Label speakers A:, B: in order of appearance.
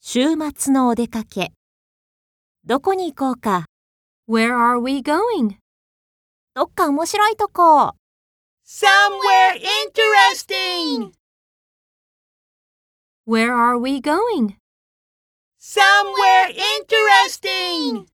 A: 週末のお出かけ。どこに行こうか。
B: Where are we going?
A: どっか面白いとこ。
C: Somewhere interesting!
B: Where are we going?
C: Somewhere interesting!